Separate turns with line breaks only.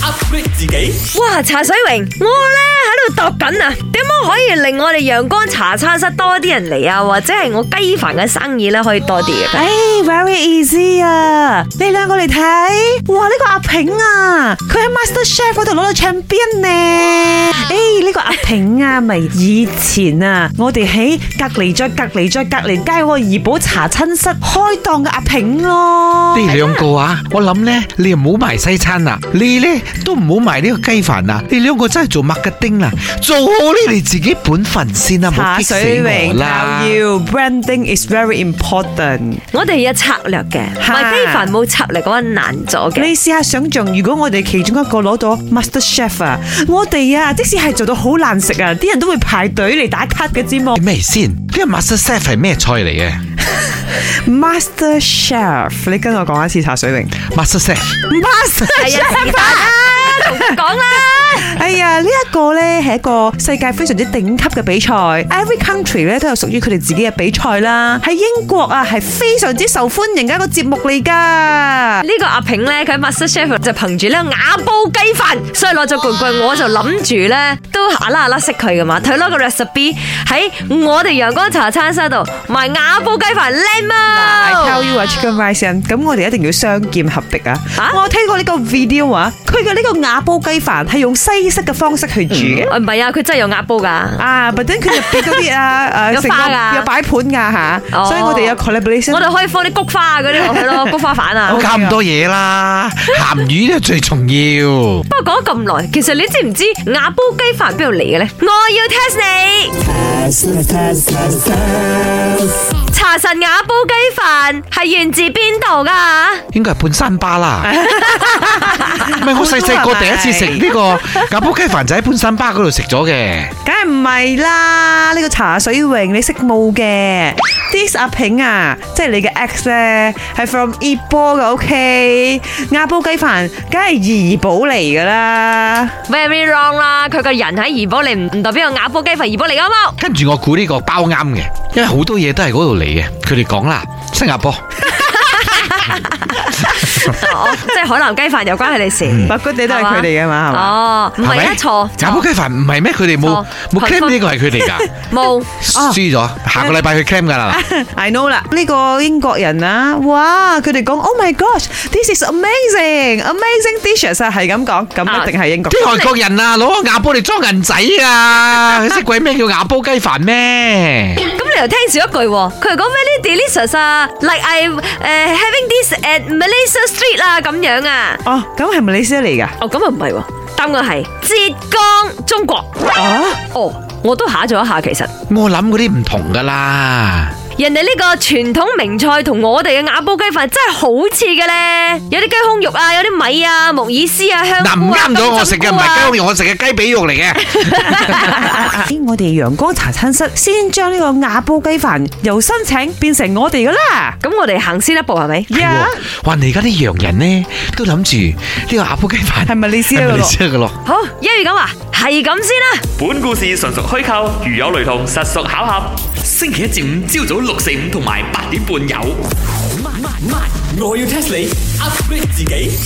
upgrade 自己。
哇！茶水榮，我咧喺度度緊啊，點樣可以令我哋陽光茶餐室多啲人嚟啊？或者係我雞飯嘅生意咧可以多啲嘅？
哎，very easy 啊！你兩個嚟睇，哇！呢、個阿平啊，佢喺 Master Chef 嗰度攞到 champion 呢。哎，呢、個阿平啊，咪以前啊，我哋喺隔離再隔離再隔離街嗰個怡寶茶餐室開檔嘅阿平咯。
呢兩個啊，我諗咧，你又唔好賣西餐啦，你咧都唔好賣呢個雞飯啦，你兩個真係做麥吉丁啦，做好你哋自己本分先啦，唔好
茶
激死
水
我
榮
啦
教。要 branding is very important。
我哋有策略嘅，賣雞飯冇策略嘅話難咗嘅
你。試下想象，如果我哋其中一個攞到 Master Chef 啊，我哋啊，即使係做到好難食啊，啲人都會排隊嚟打卡嘅節目。
咩先？呢個 master chef 係咩菜嚟嘅
Master Chef，你跟我講一次茶水榮。
？master chef。
Master
係
Chef，
啊，是但啦，同佢講啦。
哎呀，呢一個呢係一個世界非常之頂級嘅比賽，every country 咧都有屬於佢哋自己嘅比賽啦。喺英國啊，係非常之受歡迎嘅一個節目嚟㗎。
呢個阿平咧，佢 Master Chef 就憑住呢個瓦煲雞飯，所以攞咗冠軍。我就諗住咧，都阿啦阿啦識佢噶嘛，佢攞個 recipe 喺我哋陽光茶餐室度賣瓦煲雞飯靚
嗱，I tell
嘛。
you 啊，Chicken Rice 啊咁我哋一定要相劍合璧啊！
啊
我聽過呢個 video 啊，佢嘅呢個瓦煲雞飯係用西式嘅方式去煮嘅。
啊唔係啊，佢真係有瓦煲噶。
啊，but then 佢入邊嗰啲 啊，
有
誒，成
花㗎
個有擺盤㗎吓，
哦
所以我哋有 collaboration。
我哋可以放啲菊花嗰啲落去 咯，菊花飯啊
我。搞咁多嘢啦，鹹魚咧最重要。
不過講咗咁耐，其實你知唔知瓦煲雞飯邊度嚟嘅咧？我要 test 你。茶神瓦煲雞飯係源自邊度噶？
應該係半山巴啦。 唔係我細細個第
啊
一次食呢個咖煲雞飯就喺半山巴嗰度食咗嘅。
梗係唔係啦？呢、個茶水榮你識冇嘅？This 阿平啊，即係你嘅 ex 咧，係 from 熱波嘅，OK？亞煲雞飯梗係怡寶嚟噶啦，
very wrong 啦！佢個人喺怡保嚟，唔唔代表有瓦煲雞飯怡保嚟噶嘛？
跟住我估呢個包啱嘅，因為好多嘢都係嗰度嚟嘅。佢哋講啦，新加坡
哦即係海南雞飯又關佢哋事。
嗯
白骨地都係佢哋嘅嗯嘛，係嘛？
哦，唔係啊，錯
咖煲雞
錯
飯唔係咩？佢哋冇
錯哦
冇 claim
confirm
呢個係佢 哋㗎，
冇。
輸咗。下個禮拜去 claim 㗎啦。
I know 啦，呢個英國人啊，哇，佢哋講 Oh my gosh，this is amazing，amazing dishes 啊，係咁講，咁一定係英國。
啲外國人啊，攞個牙煲嚟裝銀仔 啊！佢識鬼咩叫牙煲雞飯咩？
咁你又聽少一句喎，佢係講咩呢 delicious 啊，like I 誒 having this at Malaysia Street 啊咁樣啊。
哦，咁係咪你先嚟㗎？
哦，咁又唔係喎，答案係浙江中國。
啊，
哦，我都下咗一下，其實
我諗嗰啲唔同㗎啦。
人哋呢個傳統名菜同我哋嘅瓦煲雞飯真係好似嘅咧，有啲雞胸肉啊，有啲米啊、木耳絲啊、香
嗱，唔
菇啊、
啱咗我食嘅，唔係雞胸
肉。
肉，我食嘅雞髀肉嚟 嘅。
哎我哋陽光茶餐室先將呢個亞煲雞飯由申請變成我哋㗎啦。
咁我哋行先一步係咪？
呀
哇！你而家啲洋人咧都諗住呢個阿煲雞飯
係咪你先
係
啊
咪你
老
先嘅咯？
好，一如咁話，係咁先啦。
本故事純屬虛構，如有雷同，實屬巧合。星期一至五朝早六四五同埋八點半有。我要 test 你 upgrade 自己。